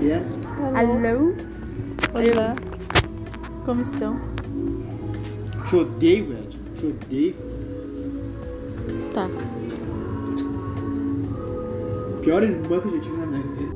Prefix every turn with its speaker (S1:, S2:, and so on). S1: Yeah.
S2: Alô?
S3: Olá.
S2: Como estão?
S1: Te odeio, Ed. Te odeio.
S2: Tá.
S1: Pior irmã que eu já tive na minha vida.